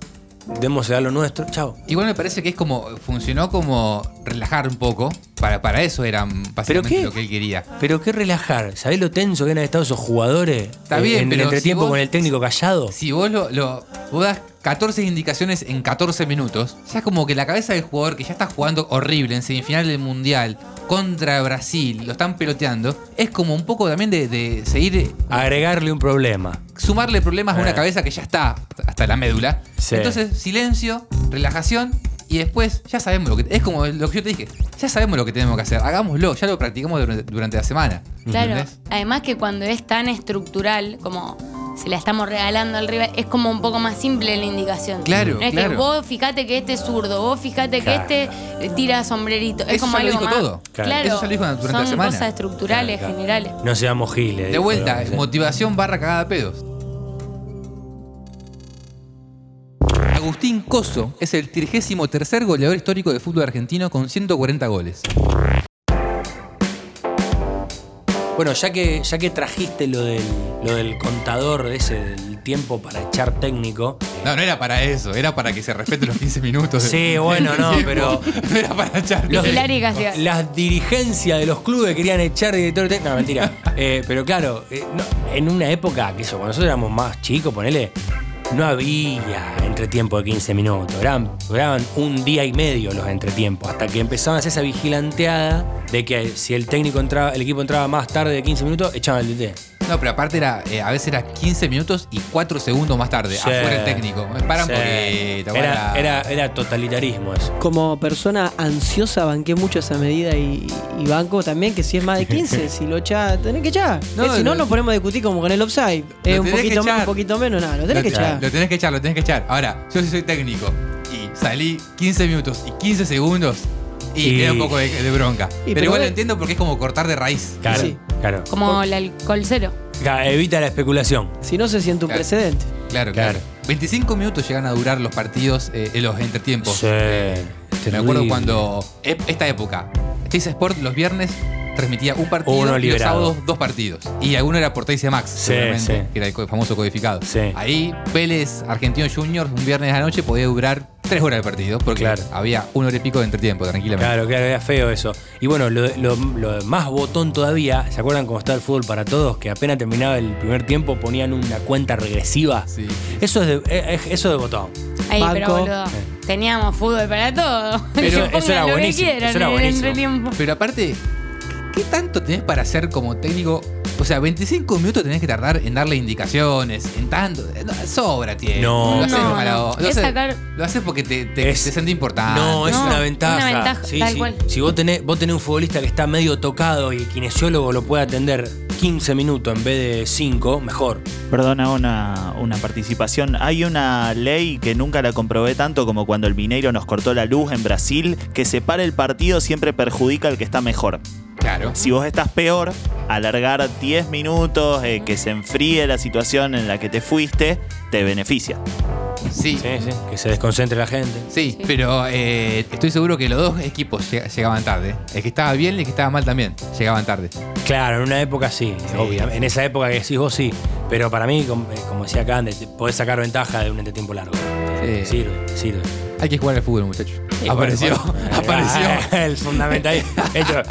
Speaker 2: démosle a lo nuestro. Chao.
Speaker 4: Igual me parece que es como. funcionó como relajar un poco. Para, para eso era básicamente
Speaker 2: qué?
Speaker 4: lo que él quería.
Speaker 2: Pero qué relajar. ¿Sabés lo tenso que han estado esos jugadores?
Speaker 4: Está
Speaker 2: Eh,
Speaker 4: bien,
Speaker 2: En el
Speaker 4: pero
Speaker 2: entretiempo
Speaker 4: si vos-
Speaker 2: con el técnico callado.
Speaker 4: Si vos lo, lo- vos das 14 indicaciones en 14 minutos, ya es como que la cabeza del jugador que ya está jugando horrible en semifinal del mundial contra Brasil, lo están peloteando, es como un poco también de, de seguir
Speaker 2: Agregarle un problema.
Speaker 4: sumarle problemas a
Speaker 2: Eh.
Speaker 4: una cabeza que ya está hasta la médula.
Speaker 2: Sí.
Speaker 4: Entonces, silencio, relajación y después ya sabemos lo que es como lo que yo te dije, ya sabemos lo que tenemos que hacer, hagámoslo, ya lo practicamos durante, durante la semana.
Speaker 1: Claro.
Speaker 4: ¿entendés?
Speaker 1: Además que cuando es tan estructural, como se la estamos regalando al rival, es como un poco más simple la indicación.
Speaker 4: Claro,
Speaker 1: No es que
Speaker 4: claro.
Speaker 1: vos fijate que este es zurdo, vos fijate
Speaker 2: Claro.
Speaker 1: que este tira sombrerito. Es
Speaker 4: Eso
Speaker 1: como
Speaker 4: ya lo
Speaker 1: algo
Speaker 4: dijo
Speaker 1: más.
Speaker 4: todo.
Speaker 2: Claro.
Speaker 1: Claro.
Speaker 4: Eso ya lo dijo durante
Speaker 1: son
Speaker 4: la semana.
Speaker 1: cosas estructurales,
Speaker 2: Claro, claro.
Speaker 1: generales.
Speaker 2: No seamos giles.
Speaker 4: De
Speaker 2: dijo,
Speaker 4: vuelta,
Speaker 2: ¿no? Sí.
Speaker 4: motivación barra cagada a pedos. Agustín Coso es el 33 goleador histórico de fútbol argentino con 140 goles.
Speaker 2: Bueno, ya que, ya que trajiste lo del, lo del contador de ese del tiempo para echar técnico,
Speaker 4: No, no era para eso, era para que se respeten los 15 minutos. de-
Speaker 2: Sí, bueno, no, pero-
Speaker 4: *laughs* No era para echar.
Speaker 2: Los-
Speaker 1: Hilary García.
Speaker 2: Las dirigencias de los clubes querían echar director técnico. No,
Speaker 3: *laughs*
Speaker 2: mentira. Eh, pero claro, eh, no, en una época que eso, cuando nosotros éramos más chicos, ponele, no había entretiempo de 15 minutos. Eran, duraban un día y medio los entretiempos. Hasta que empezaban a hacer esa vigilanteada de que si el técnico entraba, el equipo entraba más tarde de 15 minutos, echaban el DT.
Speaker 4: No, pero aparte era, eh, a veces era 15 minutos y 4 segundos más tarde.
Speaker 2: Sí.
Speaker 4: Afuera el técnico. Me paran
Speaker 2: Sí.
Speaker 4: porque.
Speaker 2: Era,
Speaker 4: te guarda-
Speaker 2: era, era totalitarismo eso.
Speaker 3: Como persona ansiosa banqué mucho esa medida y, y banco también que si es más de 15, si lo echa, tenés que echar.
Speaker 4: No,
Speaker 3: Eh, si no,
Speaker 4: lo-
Speaker 3: nos ponemos a discutir como con el offside. Eh,
Speaker 4: Lo
Speaker 3: un,
Speaker 4: tenés que
Speaker 3: poquito,
Speaker 4: echar.
Speaker 3: un poquito menos, nada, lo tenés que
Speaker 4: lo,
Speaker 3: echar.
Speaker 4: lo tenés que echar, lo tenés que echar. Ahora, yo sí soy técnico y salí 15 minutos y 15 segundos y
Speaker 2: Y-
Speaker 4: era un poco de, de bronca. pero,
Speaker 3: pero
Speaker 4: igual lo
Speaker 3: ve-
Speaker 4: entiendo porque es como cortar de raíz.
Speaker 2: Claro,
Speaker 3: Sí.
Speaker 2: claro.
Speaker 1: Como el alcohol cero.
Speaker 2: Claro, Evita la especulación.
Speaker 3: Si no, se siente un
Speaker 4: Claro.
Speaker 3: precedente.
Speaker 4: Claro, claro.
Speaker 2: Claro.
Speaker 4: 25 minutos llegan a durar los partidos eh, en los entretiempos.
Speaker 2: Sí,
Speaker 4: Me
Speaker 2: terrible.
Speaker 4: acuerdo cuando. e- Esta época. Teis Sport los viernes transmitía un partido
Speaker 2: Uno
Speaker 4: y los
Speaker 2: liberado.
Speaker 4: sábados dos partidos. Y alguno era por Teis Max,
Speaker 2: Sí,
Speaker 4: seguramente,
Speaker 2: sí.
Speaker 4: que era el co- famoso codificado.
Speaker 2: Sí.
Speaker 4: Ahí Vélez Argentino Juniors un viernes a la noche podía durar tres horas el partido, porque
Speaker 2: Claro.
Speaker 4: había una hora y pico de entretiempo, tranquilamente.
Speaker 2: Claro, claro, era feo eso. Y bueno, lo, lo- lo más botón todavía, ¿se acuerdan cómo estaba el fútbol para todos? Que apenas terminaba el primer tiempo ponían una cuenta regresiva.
Speaker 4: Sí.
Speaker 2: Eso es de, eh, eh, eso de botón.
Speaker 1: Ahí, pero
Speaker 3: Banco.
Speaker 1: boludo. Teníamos fútbol para todo.
Speaker 2: Pero
Speaker 1: *laughs* Que
Speaker 2: eso
Speaker 1: pongan
Speaker 2: era
Speaker 1: lo que
Speaker 2: buenísimo,
Speaker 1: quieran
Speaker 2: eso era
Speaker 1: en el
Speaker 2: buenísimo.
Speaker 1: entretiempo.
Speaker 4: Pero aparte, ¿qué tanto tenés para hacer como técnico? O sea, 25 minutos tenés que tardar en darle indicaciones, en tanto. no, sobra tiempo.
Speaker 2: No.
Speaker 4: lo haces
Speaker 1: No,
Speaker 4: para
Speaker 1: no.
Speaker 4: vos. Lo
Speaker 1: Es
Speaker 4: haces-
Speaker 1: sacar-
Speaker 4: lo haces porque te, te,
Speaker 2: Es-
Speaker 4: te sentís importante.
Speaker 2: No, es
Speaker 1: no,
Speaker 2: una ventaja.
Speaker 1: una ventaja,
Speaker 2: Sí,
Speaker 1: tal
Speaker 2: sí.
Speaker 1: cual.
Speaker 2: Si vos tenés, vos tenés un futbolista que está medio tocado y el kinesiólogo lo puede atender 15 minutos en vez de 5, mejor.
Speaker 6: Perdona una, una participación. Hay una ley que nunca la comprobé tanto como cuando el Mineiro nos cortó la luz en Brasil, que separa el partido siempre perjudica al que está mejor.
Speaker 4: Claro.
Speaker 6: Si vos estás peor, alargar 10 minutos, eh, que se enfríe la situación en la que te fuiste, te beneficia.
Speaker 4: Sí.
Speaker 2: Sí, sí, Que se desconcentre la gente.
Speaker 4: Sí, pero eh, estoy seguro que los dos equipos lleg- llegaban tarde. El que estaba bien y el que estaba mal también llegaban tarde.
Speaker 2: Claro, en una época sí,
Speaker 4: Sí.
Speaker 2: obviamente. En esa época que decís vos sí. Pero para mí, como, eh, como decía Cande, te- podés sacar ventaja de un entretiempo largo.
Speaker 4: Sí.
Speaker 2: Sirve, sirve.
Speaker 4: Eh, Hay que jugar al fútbol, muchachos.
Speaker 2: Y
Speaker 4: apareció,
Speaker 2: bueno, *laughs* bueno,
Speaker 4: *laughs* apareció.
Speaker 2: ah, El fundamental. Hecho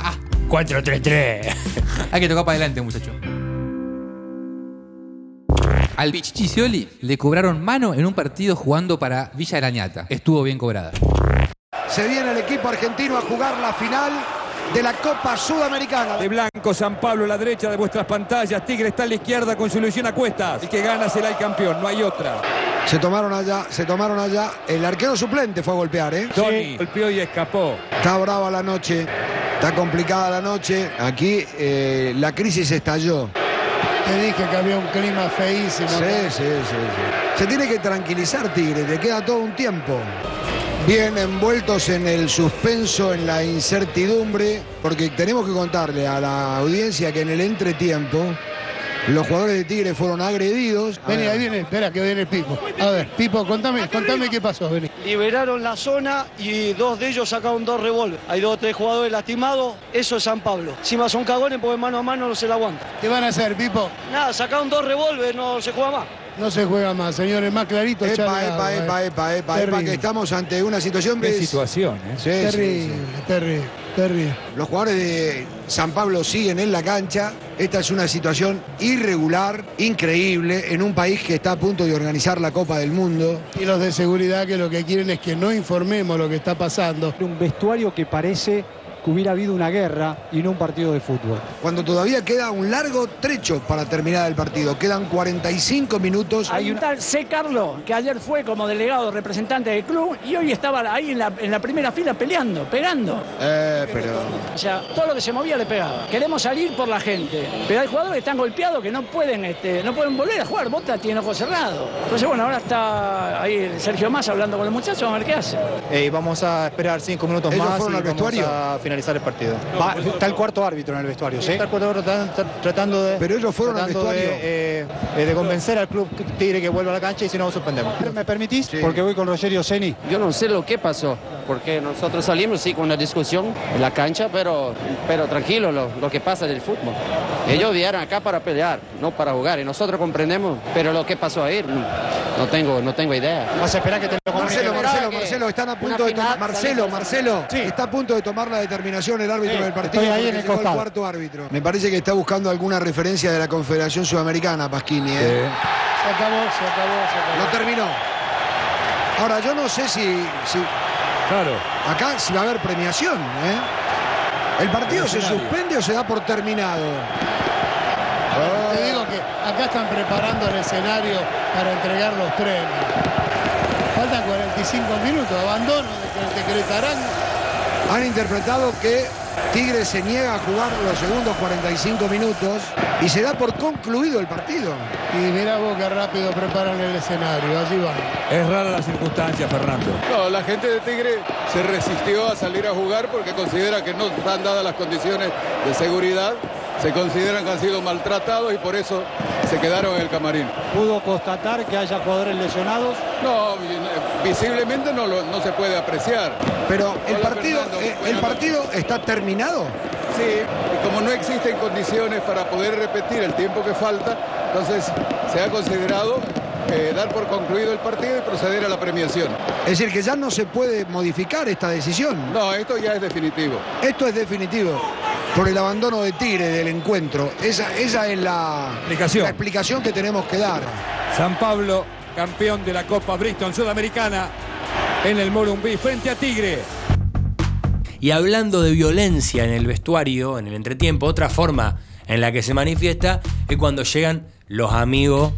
Speaker 2: 4-3-3.
Speaker 4: Hay que tocar para adelante, muchacho. Al Pichichi Scioli le cobraron mano en un partido jugando para Villa de la Ñata. Estuvo bien cobrada.
Speaker 7: Se viene el equipo argentino a jugar la final de la Copa Sudamericana.
Speaker 8: De blanco, San Pablo a la derecha de vuestras pantallas. Tigre está a la izquierda con su ilusión a cuestas. El que gana será el campeón, no hay otra.
Speaker 7: Se tomaron allá, se tomaron allá. El arquero suplente fue a golpear, ¿eh?
Speaker 8: Tony golpeó y escapó.
Speaker 7: Está brava la noche, está complicada la noche. Aquí eh, la crisis estalló.
Speaker 9: Te dije que había un clima feísimo.
Speaker 7: Sí, sí, sí, sí. Se tiene que tranquilizar, Tigre, le queda todo un tiempo. Bien envueltos en el suspenso, en la incertidumbre, porque tenemos que contarle a la audiencia que en el entretiempo los jugadores de Tigre fueron agredidos. A
Speaker 9: Vení,
Speaker 7: ver.
Speaker 9: ahí viene, espera que viene Pipo. A ver, Pipo, contame, contame qué pasó, vení.
Speaker 10: Liberaron la zona y dos de ellos sacaron dos revólveres. Hay dos o tres jugadores lastimados. Eso es San Pablo. Encima son cagones porque mano a mano no se la aguanta.
Speaker 9: ¿Qué van a hacer, Pipo?
Speaker 10: Nada, sacaron dos revólveres, no se juega más.
Speaker 9: No se juega más, señores, más clarito. ya
Speaker 7: Epa,
Speaker 9: le hago,
Speaker 7: epa,
Speaker 9: eh.
Speaker 7: epa, epa, epa, epa,
Speaker 9: Terrible.
Speaker 7: que estamos ante una situación...
Speaker 8: Qué
Speaker 7: es-
Speaker 8: situación, ¿eh?
Speaker 7: Sí, sí,
Speaker 9: Terrible,
Speaker 7: sí.
Speaker 9: terrible, terrible.
Speaker 7: Los jugadores de San Pablo siguen en la cancha. Esta es una situación irregular, increíble, en un país que está a punto de organizar la Copa del Mundo.
Speaker 9: Y los de seguridad que lo que quieren es que no informemos lo que está pasando.
Speaker 10: Un vestuario que parece que hubiera habido una guerra y no un partido de fútbol.
Speaker 7: Cuando todavía queda un largo trecho para terminar el partido. Quedan 45 minutos.
Speaker 11: Hay un tal C. Carlos, que ayer fue como delegado representante del club y hoy estaba ahí en la, en la primera fila peleando, pegando.
Speaker 7: Eh, pero...
Speaker 11: O sea, todo lo que se movía le pegaba. Queremos salir por la gente, pero hay jugadores que están golpeados que no pueden, este, no pueden volver a jugar. Bota tiene ojos cerrados. Entonces, bueno, ahora está ahí el Sergio Más hablando con los muchachos, vamos a ver qué hace.
Speaker 9: vamos a esperar cinco minutos
Speaker 7: ¿Ellos más fueron y al vamos vestuario?
Speaker 9: a finalizar el partido. está el cuarto árbitro en el vestuario, ¿sí? Está el cuarto árbitro tratando de...
Speaker 7: Pero ellos fueron al
Speaker 9: tratando
Speaker 7: vestuario.
Speaker 9: De, eh, eh, de convencer al club Tigre que vuelva a la cancha y si no, suspendemos. ¿Me permitís? Porque voy con Rogerio Ceni.
Speaker 10: Yo no sé lo que pasó, porque nosotros salimos sí con una discusión en la cancha, pero, pero tranquilo lo, lo que pasa del fútbol.
Speaker 12: Ellos vieron acá para pelear, no para jugar, y nosotros comprendemos, pero lo que pasó ahí, no, no tengo, no tengo idea.
Speaker 9: Vas a esperar que te lo
Speaker 7: Marcelo, Marcelo, Marcelo, están a punto de tomar.
Speaker 12: final,
Speaker 7: Marcelo, Marcelo, está a punto de tomar la determinación el árbitro
Speaker 9: Sí,
Speaker 7: del partido.
Speaker 9: estoy ahí
Speaker 7: porque
Speaker 9: en el
Speaker 7: llegó
Speaker 9: costado.
Speaker 7: cuarto árbitro. Me parece que está buscando alguna referencia de la Confederación Sudamericana, Pasquini.
Speaker 9: Se
Speaker 7: ¿eh?
Speaker 9: acabó, se acabó, se acabó.
Speaker 7: Lo terminó. Ahora, yo no sé si.
Speaker 8: Claro.
Speaker 7: Acá si va a haber premiación, ¿eh? ¿El partido se suspende o se da por terminado?
Speaker 13: Te digo que acá están preparando el escenario para entregar los premios. Faltan 45 minutos, abandono de de Querétarán.
Speaker 7: Han interpretado que Tigre se niega a jugar los segundos 45 minutos y se da por concluido el partido.
Speaker 13: Y mirá vos qué rápido preparan el escenario, allí van.
Speaker 8: Es rara la circunstancia, Fernando.
Speaker 14: No, la gente de Tigre se resistió a salir a jugar porque considera que no están dadas las condiciones de seguridad, se consideran que han sido maltratados y por eso se quedaron en el camarín.
Speaker 9: ¿Pudo constatar que haya jugadores lesionados?
Speaker 14: No, visiblemente no, lo- no se puede apreciar.
Speaker 7: Pero el
Speaker 14: Hola,
Speaker 7: partido,
Speaker 14: Fernando.
Speaker 7: eh, el partido está terminado.
Speaker 14: Sí, y como no existen condiciones para poder repetir el tiempo que falta, entonces se ha considerado eh, dar por concluido el partido y proceder a la premiación.
Speaker 7: Es decir, que ya no se puede modificar esta decisión.
Speaker 14: No, esto ya es definitivo.
Speaker 7: Esto es definitivo. Por el abandono de Tigre del encuentro. Esa, esa es la
Speaker 8: Explicación.
Speaker 7: la explicación que tenemos que dar.
Speaker 8: San Pablo, campeón de la Copa Bristol Sudamericana, en el Morumbí frente a Tigre.
Speaker 2: Y hablando de violencia en el vestuario, en el entretiempo, otra forma en la que se manifiesta es cuando llegan los amigos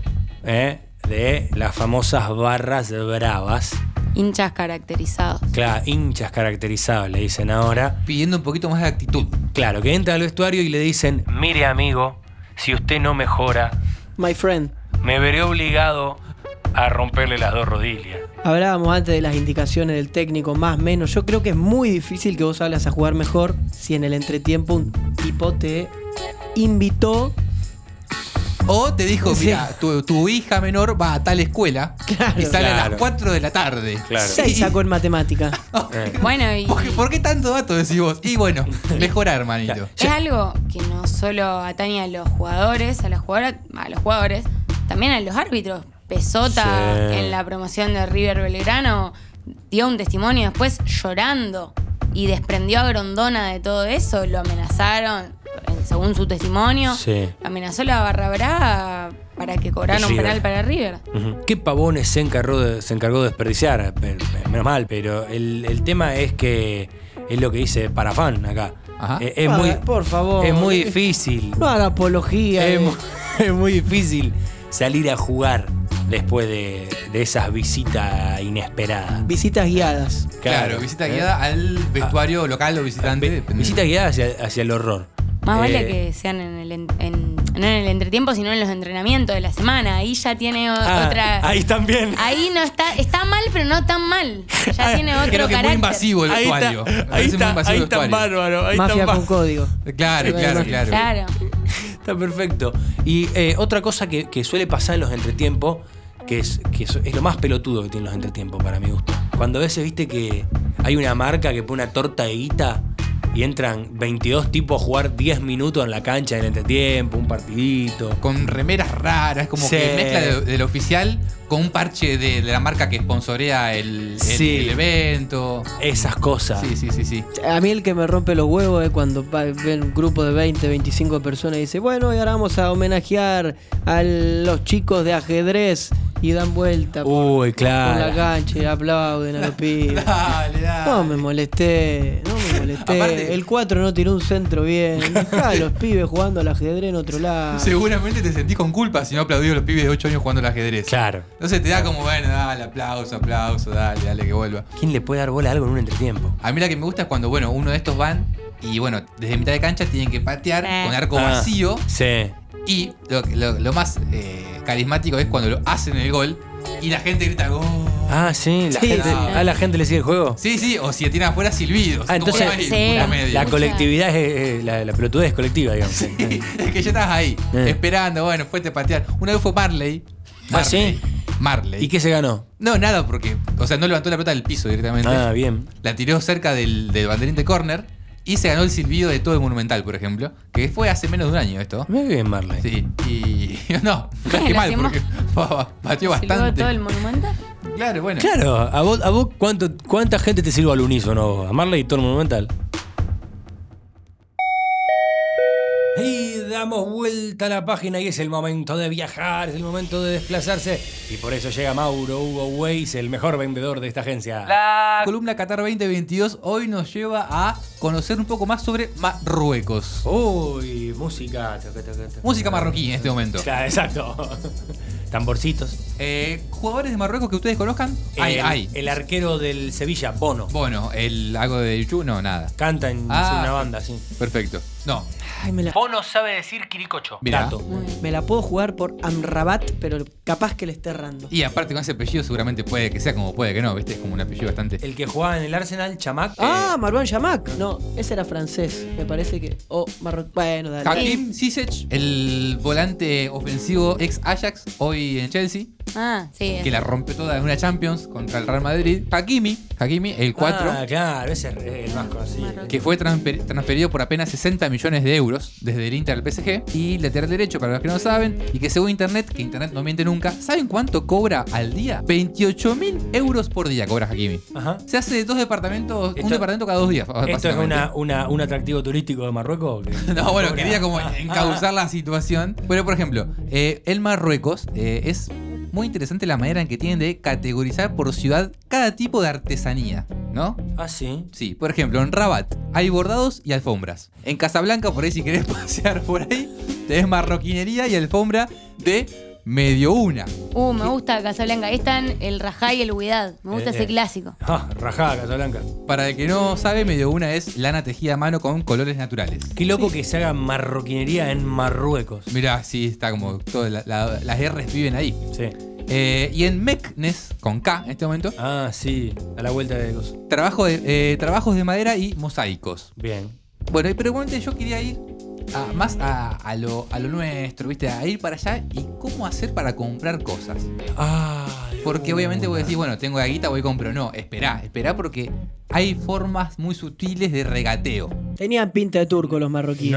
Speaker 2: ¿eh? de las famosas barras bravas.
Speaker 1: Hinchas caracterizados.
Speaker 2: Claro, hinchas caracterizados le dicen ahora.
Speaker 4: Pidiendo un poquito más de actitud.
Speaker 2: Claro, que entra al vestuario y le dicen, mire amigo, si usted no mejora,
Speaker 3: My friend.
Speaker 2: me veré obligado a romperle las dos rodillas.
Speaker 3: Hablábamos antes de las indicaciones del técnico, más menos. Yo creo que es muy difícil que vos salgas a jugar mejor si en el entretiempo un tipo te invitó.
Speaker 4: O te dijo, mira, tu, tu hija menor va a tal escuela y sale a
Speaker 2: Claro.
Speaker 4: las 4 de la tarde.
Speaker 3: Seis sacó en matemática.
Speaker 1: Bueno,
Speaker 2: *laughs*
Speaker 1: y
Speaker 4: ¿Por, qué, por qué tanto dato decís vos? Y bueno, mejorar, hermanito.
Speaker 1: es algo que no solo atañe a los jugadores, a las jugadoras, a los jugadores, también a los árbitros. Pesota
Speaker 15: Sí.
Speaker 1: en la promoción de River Belgrano dio un testimonio después llorando y desprendió a Grondona de todo eso, lo amenazaron en- según su testimonio.
Speaker 2: Sí.
Speaker 1: Amenazó la barra brava para que cobraran un
Speaker 2: River.
Speaker 1: penal para River.
Speaker 2: Ujú. ¿Qué pavones se encargó de, se encargó de desperdiciar? Pe- pe- Menos mal, pero el, el tema es que es lo que dice Parafán acá. Eh, es,
Speaker 3: Ah,
Speaker 2: muy,
Speaker 3: por favor.
Speaker 2: es muy difícil.
Speaker 3: *laughs* No haga apología.
Speaker 2: Es,
Speaker 3: de-
Speaker 2: mu- *laughs* es muy difícil salir a jugar después de, de esas visitas inesperadas. eh,
Speaker 3: Visitas guiadas.
Speaker 4: Claro, visita guiada al vestuario local o visitante. depende.
Speaker 2: Ah. Visita guiada hacia, hacia el horror.
Speaker 1: Más
Speaker 2: Eh,
Speaker 1: vale que sean en el, en- en- no en el entretiempo, sino en los entrenamientos de la semana. Ahí ya tiene o-
Speaker 2: ah,
Speaker 1: otra.
Speaker 2: Ahí también.
Speaker 1: Ahí no está, está mal, pero no tan mal. Ya tiene otro
Speaker 4: Creo que Ah, es
Speaker 1: carácter.
Speaker 4: muy invasivo el
Speaker 2: Ahí está,
Speaker 4: vestuario. Me
Speaker 2: ahí
Speaker 4: parece
Speaker 2: está,
Speaker 4: muy invasivo
Speaker 2: ahí
Speaker 4: el
Speaker 2: está
Speaker 4: vestuario.
Speaker 2: bárbaro, ahí
Speaker 3: Mafia
Speaker 2: está
Speaker 3: con código.
Speaker 4: Claro, claro, claro.
Speaker 1: Claro.
Speaker 2: Está perfecto. Y eh, otra cosa que, que suele pasar en los entretiempos, que, es, que es, es lo más pelotudo que tienen los entretiempos para mi gusto. Cuando a veces viste que hay una marca que pone una torta de guita y entran 22 tipos a jugar 10 minutos en la cancha del entretiempo, un partidito.
Speaker 4: Con remeras raras, es como
Speaker 2: Sí.
Speaker 4: que mezcla de- del oficial con un parche de, de la marca que sponsorea el, el-
Speaker 2: Sí. Ah.
Speaker 4: el evento.
Speaker 2: Esas cosas.
Speaker 4: Sí, sí, sí, sí.
Speaker 3: A mí el que me rompe los huevos es cuando va- ven un grupo de 20, 25 personas y dice, bueno, y ahora vamos a homenajear a los chicos de ajedrez y dan vuelta por,
Speaker 2: Uy,
Speaker 3: por la
Speaker 2: claro.
Speaker 3: cancha y aplauden
Speaker 4: *laughs*
Speaker 3: a los pibes.
Speaker 4: Uh,
Speaker 2: Ah,
Speaker 4: Dale, dale.
Speaker 3: No me molesté, no me molesté.
Speaker 4: Aparte-
Speaker 3: el 4 no tiró un centro
Speaker 4: *laughs*
Speaker 3: bien. Dejá a los pibes jugando al ajedrez en otro lado.
Speaker 4: Seguramente te sentís con culpa si no aplaudís a los pibes de 8 años jugando al ajedrez.
Speaker 2: Claro.
Speaker 4: Entonces te da como, bueno, dale, aplauso, aplauso, dale, dale, que vuelva.
Speaker 2: ¿Quién le puede dar bola a algo en un entretiempo?
Speaker 4: A mí la que me gusta es cuando, bueno, uno de estos van y, bueno, desde mitad de cancha tienen que patear
Speaker 1: Sí.
Speaker 4: con arco
Speaker 2: Ah,
Speaker 4: vacío.
Speaker 2: Sí.
Speaker 4: Y lo, lo- lo más eh, carismático es cuando lo hacen el gol y la gente grita gol.
Speaker 2: Ah, sí. La
Speaker 4: Sí,
Speaker 2: gente,
Speaker 4: sí.
Speaker 2: ¿A la gente le sigue el juego?
Speaker 4: Sí, sí, o si tiran afuera silbidos.
Speaker 2: Ah, entonces
Speaker 4: Como, ay,
Speaker 1: Sí.
Speaker 4: una media.
Speaker 2: la colectividad, es, es- la, la pelotudez es colectiva, digamos.
Speaker 4: *laughs* Es que ya estabas ahí,
Speaker 2: Eh.
Speaker 4: esperando, bueno, fuiste a patear. Una vez fue Marley.
Speaker 2: Ah, sí.
Speaker 4: Marley.
Speaker 2: ¿Y qué se ganó?
Speaker 4: No, nada, porque. O sea, no levantó la pelota del piso directamente.
Speaker 2: Ah, bien.
Speaker 4: La tiró cerca del, del banderín de córner. Y se ganó el silbido de todo el Monumental, por ejemplo, que fue hace menos de un año esto.
Speaker 2: Muy bien, Marley.
Speaker 4: Sí, y *laughs* no, no es que
Speaker 1: ¿La
Speaker 4: mal,
Speaker 1: hacemos?
Speaker 4: porque *laughs* batió
Speaker 1: ¿Silbó
Speaker 4: bastante.
Speaker 1: todo el monumento?
Speaker 4: Claro, bueno.
Speaker 2: Claro, a vos, a vos cuánto, ¿cuánta gente te sirve al unísono? a vos? A Marley y todo el monumental. Y damos vuelta a la página y es el momento de viajar, es el momento de desplazarse. Y por eso llega Mauro Hugo Weiss, el mejor vendedor de esta agencia.
Speaker 4: La columna Qatar 2022 hoy nos lleva a conocer un poco más sobre Marruecos.
Speaker 2: Uy, música. toca, toca, toca.
Speaker 4: Música marroquí en este momento.
Speaker 2: Claro, exacto. Tamborcitos.
Speaker 4: Eh, ¿Jugadores de Marruecos que ustedes conozcan? Hay,
Speaker 2: el,
Speaker 4: hay.
Speaker 2: el arquero del Sevilla, Bono.
Speaker 4: Bueno, el algo de Yuchu, no, nada.
Speaker 2: Canta en
Speaker 4: Ah.
Speaker 2: es una banda, sí.
Speaker 4: Perfecto. Oh, No,
Speaker 2: Bono sabe decir Quiricocho.
Speaker 4: Mirá.
Speaker 2: Dato.
Speaker 3: Me la puedo jugar por Amrabat, pero capaz que le esté errando.
Speaker 4: y eh, aparte con ese apellido seguramente puede que sea como puede que no, ¿viste? Es como un apellido bastante...
Speaker 2: El que jugaba en el Arsenal, Chamac. eh,
Speaker 3: Ah, Marwan Yamak. No, ese era francés. Me parece que. O marroquí. Bueno, dale.
Speaker 4: Hakim Ziyech, el volante ofensivo ex Ajax, hoy en Chelsea,
Speaker 1: Ah, sí.
Speaker 4: que la rompe toda en una Champions contra el Real Madrid. Hakimi, Hakimi, el 4.
Speaker 2: Ah, claro, ese es el más conocido.
Speaker 4: que fue transfer- transferido por apenas 60 millones de euros desde el Inter al PSG y lateral derecho para los que no saben y que según Internet, que Internet no miente nunca, ¿saben cuánto cobra al día? 28 mil euros por día cobra Hakimi.
Speaker 2: Ajá.
Speaker 4: Se hace dos departamentos, un
Speaker 2: Esto-
Speaker 4: departamento cada dos días.
Speaker 2: ¿Esto es
Speaker 4: básicamente.
Speaker 2: una, una- un atractivo turístico de Marruecos?
Speaker 4: *laughs* No, bueno, quería como encauzar la situación. Pero, por ejemplo, eh, el Marruecos eh, es muy interesante la manera en que tienen de categorizar por ciudad cada tipo de artesanía, ¿no?
Speaker 2: Ah, sí.
Speaker 4: Sí, por ejemplo, en Rabat hay bordados y alfombras. En Casablanca, por ahí, si querés *laughs* pasear por ahí, tenés marroquinería y alfombra de medio una.
Speaker 1: Uh, me gusta Casablanca. Ahí están el Rajá y el Huidad. Me gusta
Speaker 4: Eh, eh.
Speaker 1: ese clásico.
Speaker 2: Ah, rajada, Casablanca.
Speaker 4: Para el que no sabe, medio una es lana tejida a mano con colores naturales.
Speaker 2: Qué loco que se haga marroquinería en Marruecos.
Speaker 4: Mirá, sí, está como todas la- la- las R's viven ahí.
Speaker 2: Sí.
Speaker 4: Eh, y en Meknes, con K en este momento.
Speaker 2: Ah, sí, a la vuelta de los.
Speaker 4: Trabajo de- eh, trabajos de madera y mosaicos.
Speaker 2: Bien.
Speaker 4: Bueno, y pero igualmente yo quería ir a- más a, a lo, a lo nuestro, ¿viste? A ir para allá y cómo hacer para comprar cosas.
Speaker 2: Ah,
Speaker 4: Porque obviamente vos decís, bueno, tengo la guita, voy y compro. No, esperá, esperá porque hay formas muy sutiles de regateo.
Speaker 3: Tenían pinta de turco los marroquíes.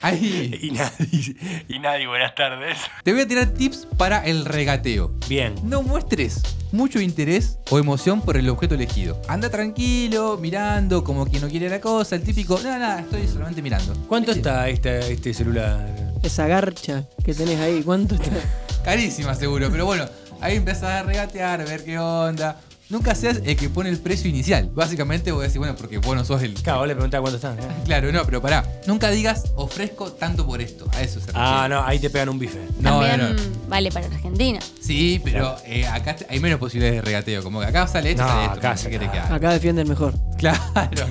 Speaker 4: Ahí.
Speaker 2: Y nadie, y nadie, buenas tardes.
Speaker 4: Te voy a tirar tips para el regateo.
Speaker 2: *laughs* Bien.
Speaker 4: No muestres mucho interés o emoción por el objeto elegido. Anda tranquilo, mirando, como quien no quiere la cosa, el típico, nada, nada, estoy solamente mirando.
Speaker 2: ¿Cuánto está este, este celular?
Speaker 3: Esa garcha que tenés ahí, ¿cuánto está?
Speaker 4: Carísima seguro, pero bueno, ahí empezás a regatear, a ver qué onda. Nunca seas el que pone el precio inicial. Básicamente vos decís, bueno, porque vos no sos el...
Speaker 2: Claro, vos le preguntás cuánto está. ¿eh?
Speaker 4: Claro, no, pero pará. Nunca digas, ofrezco tanto por esto. A eso se refiere.
Speaker 2: Ah, no, ahí te pegan un bife.
Speaker 4: No, no, no.
Speaker 1: También vale para Argentina.
Speaker 4: Sí, pero eh, acá te- hay menos posibilidades de regateo. Como que acá sale esto,
Speaker 2: No,
Speaker 4: sale esto.
Speaker 2: acá
Speaker 4: no sé
Speaker 2: sí,
Speaker 4: qué te queda.
Speaker 3: Acá defienden mejor.
Speaker 4: Claro,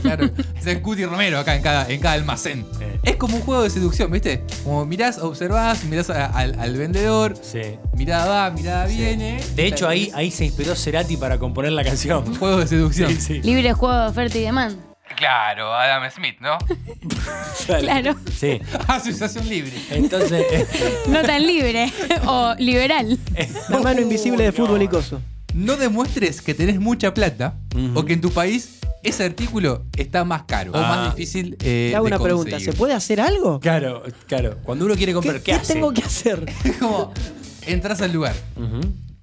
Speaker 4: claro. Es el Cuti Romero acá en cada, en cada almacén. Es como un juego de seducción, ¿viste? Como mirás, observás, mirás a- al, al vendedor.
Speaker 2: Sí.
Speaker 4: Mirada va, mirada viene.
Speaker 2: De hecho, ahí, ahí se inspiró Cerati para componer la canción. *laughs*
Speaker 4: Juego de seducción.
Speaker 2: Sí, sí.
Speaker 1: Libre juego de oferta y demanda.
Speaker 4: Claro, Adam Smith, *laughs* ¿no?
Speaker 1: Claro.
Speaker 2: Sí.
Speaker 4: Asociación Ah, libre.
Speaker 2: Entonces,
Speaker 1: *laughs*
Speaker 2: eh,
Speaker 1: No tan libre. *laughs* o liberal.
Speaker 4: Eh.
Speaker 3: La mano invisible de fútbol y coso.
Speaker 4: No Eh, demuestres que tenés mucha plata o que en tu país ese artículo está más caro o
Speaker 2: Ah.
Speaker 4: más difícil eh,
Speaker 3: Te hago
Speaker 4: de
Speaker 3: una pregunta,
Speaker 4: conseguir.
Speaker 3: ¿se puede hacer algo?
Speaker 2: claro, claro. Cuando uno quiere comprar, ¿qué, hace?
Speaker 3: tengo que hacer?
Speaker 4: *laughs* como entras al lugar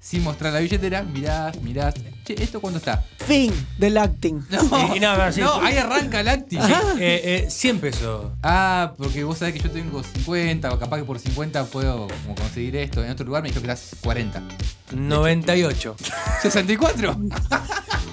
Speaker 4: sin mostrar la billetera, mirás, mirás. Che, ¿esto cuánto está? *laughs*
Speaker 3: Fin del acting.
Speaker 4: No,
Speaker 2: Y- y no, no, sí.
Speaker 4: ahí arranca el acti.
Speaker 2: Sí, eh, eh, 100 pesos.
Speaker 4: Ah, porque vos sabés que yo tengo 50, o capaz que por 50 puedo como conseguir esto. En otro lugar me dijo que eras 40.
Speaker 2: 98.
Speaker 3: *laughs*
Speaker 4: 64.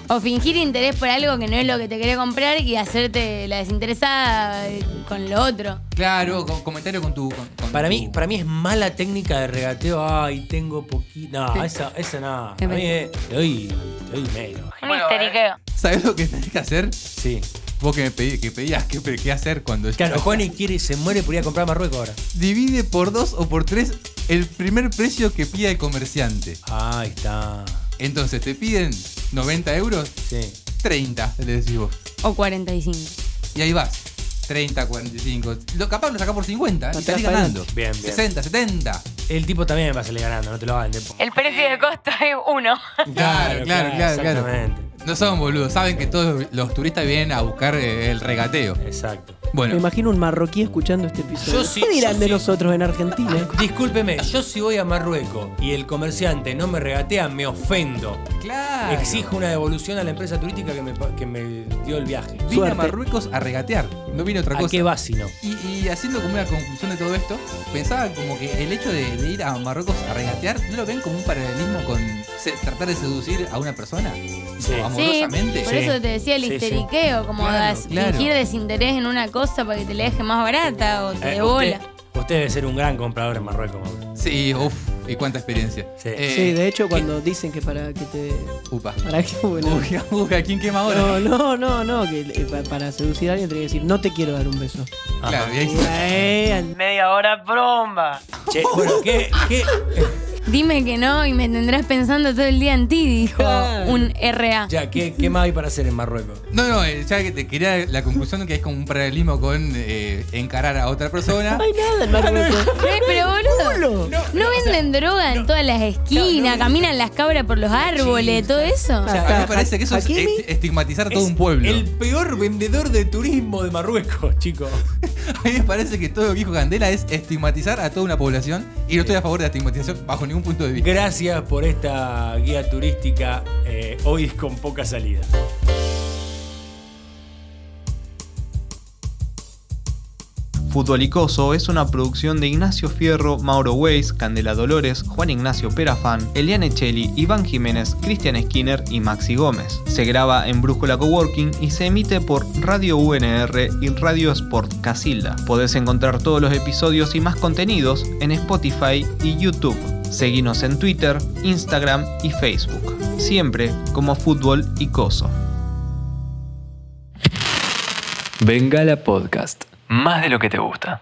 Speaker 1: O fingir interés por algo que no es lo que te quiere comprar y hacerte la desinteresada eh, con lo otro.
Speaker 4: Claro, co- comentario con tu. con- con
Speaker 2: Para
Speaker 4: tu-
Speaker 2: mí, para mí es mala técnica de regateo. Ay, tengo poquito. No, esa, esa nada. A mí es. Te doy, te doy medio.
Speaker 1: Un histeriqueo.
Speaker 4: ¿Sabés lo que tenés que hacer?
Speaker 2: Sí.
Speaker 4: Vos que me pedí- que pedías qué, qué hacer cuando.
Speaker 2: Claro, Juani quiere, se muere por ir a comprar a Marruecos ahora.
Speaker 4: Divide por dos o por tres el primer precio que pida el comerciante.
Speaker 2: Ah, ahí está.
Speaker 4: Entonces te piden 90 euros,
Speaker 2: Sí.
Speaker 4: 30, le decís vos.
Speaker 1: O 45.
Speaker 4: Y ahí vas. 30, 45. Lo capaz lo sacás por 50 y
Speaker 3: Pateás
Speaker 4: salís
Speaker 3: para
Speaker 4: ganando.
Speaker 2: Bien, bien.
Speaker 4: 60, 70.
Speaker 2: *laughs* El tipo Eh. también va a salir ganando, no te lo hagan.
Speaker 1: El precio de costo es uno.
Speaker 4: Claro, claro, claro, claro.
Speaker 2: Exactamente.
Speaker 4: No son boludos, saben que todos los turistas vienen a buscar eh, el regateo.
Speaker 2: Exacto.
Speaker 3: Me imagino un marroquí escuchando este episodio.
Speaker 2: Yo sí,
Speaker 3: ¿Qué dirán
Speaker 2: yo
Speaker 3: de
Speaker 2: sí.
Speaker 3: nosotros en Argentina?
Speaker 2: Discúlpeme, yo si voy a Marruecos y el comerciante no me regatea, me ofendo.
Speaker 4: Claro.
Speaker 2: Exijo una devolución a la empresa turística que me, pa- que me dio el viaje.
Speaker 4: Vine a Marruecos a regatear, no vine a otra
Speaker 2: ¿A
Speaker 4: cosa.
Speaker 2: qué va si no?
Speaker 4: Y, y haciendo como una conclusión de todo esto, pensaba como que el hecho de, de ir a Marruecos a regatear, ¿no lo ven como un paralelismo con se- tratar de seducir a una persona? Amorosamente.
Speaker 1: por eso te decía el histeriqueo, como
Speaker 4: Claro,
Speaker 1: das-
Speaker 2: claro.
Speaker 1: fingir desinterés en una cosa para que te la deje más barata o te
Speaker 2: Eh,
Speaker 1: de
Speaker 2: usted,
Speaker 1: bola.
Speaker 2: usted debe ser un gran comprador en Marruecos, Mauro.
Speaker 4: Sí, uff, y cuánta experiencia. Eh,
Speaker 3: sí, de hecho, cuando dicen que para que te.
Speaker 4: Upa.
Speaker 3: Para que, bueno.
Speaker 4: Uy, uy, ¿a quién quema ahora?
Speaker 3: No, no, no, no, que eh, pa- para seducir a alguien tenés que decir, no te quiero dar un beso.
Speaker 4: Claro, y ahí-
Speaker 3: media hora bromba.
Speaker 2: Che, bueno, ¿qué, qué?
Speaker 1: Dime que no y me tendrás pensando todo el día en ti, dijo un RA.
Speaker 2: Ya, ¿qué, qué más hay para hacer en Marruecos?
Speaker 4: No, no, eh, ya que te quería la conclusión que es como un paralelismo con eh, encarar a otra persona.
Speaker 3: nada, Marruecos.
Speaker 1: Eh, pero boludo, no, venden droga en todas las esquinas, caminan las cabras por los árboles, todo eso.
Speaker 4: O sea, a mí me parece que eso es
Speaker 1: Hakimi
Speaker 4: est- estigmatizar a todo un pueblo.
Speaker 2: El peor vendedor de turismo de Marruecos, *laughs* chicos.
Speaker 4: *laughs* A mí me parece que todo lo que dijo Candela es estigmatizar a toda una población y no estoy a favor de la estigmatización bajo ningún punto de vista.
Speaker 2: Gracias por esta guía turística eh, hoy con poca salida.
Speaker 7: Futbolicoso es una producción de Ignacio Fierro, Mauro Weiss, Candela Dolores, Juan Ignacio Perafán, Eliane Cheli, Iván Jiménez, Cristian Skinner y Maxi Gómez. Se graba en Brújula Coworking y se emite por Radio UNR y Radio Sport Casilda. Podés encontrar todos los episodios y más contenidos en Spotify y YouTube. Seguinos en Twitter, Instagram y Facebook. Siempre como Fútbol y Coso.
Speaker 5: Bengala Podcast. Más de lo que te gusta.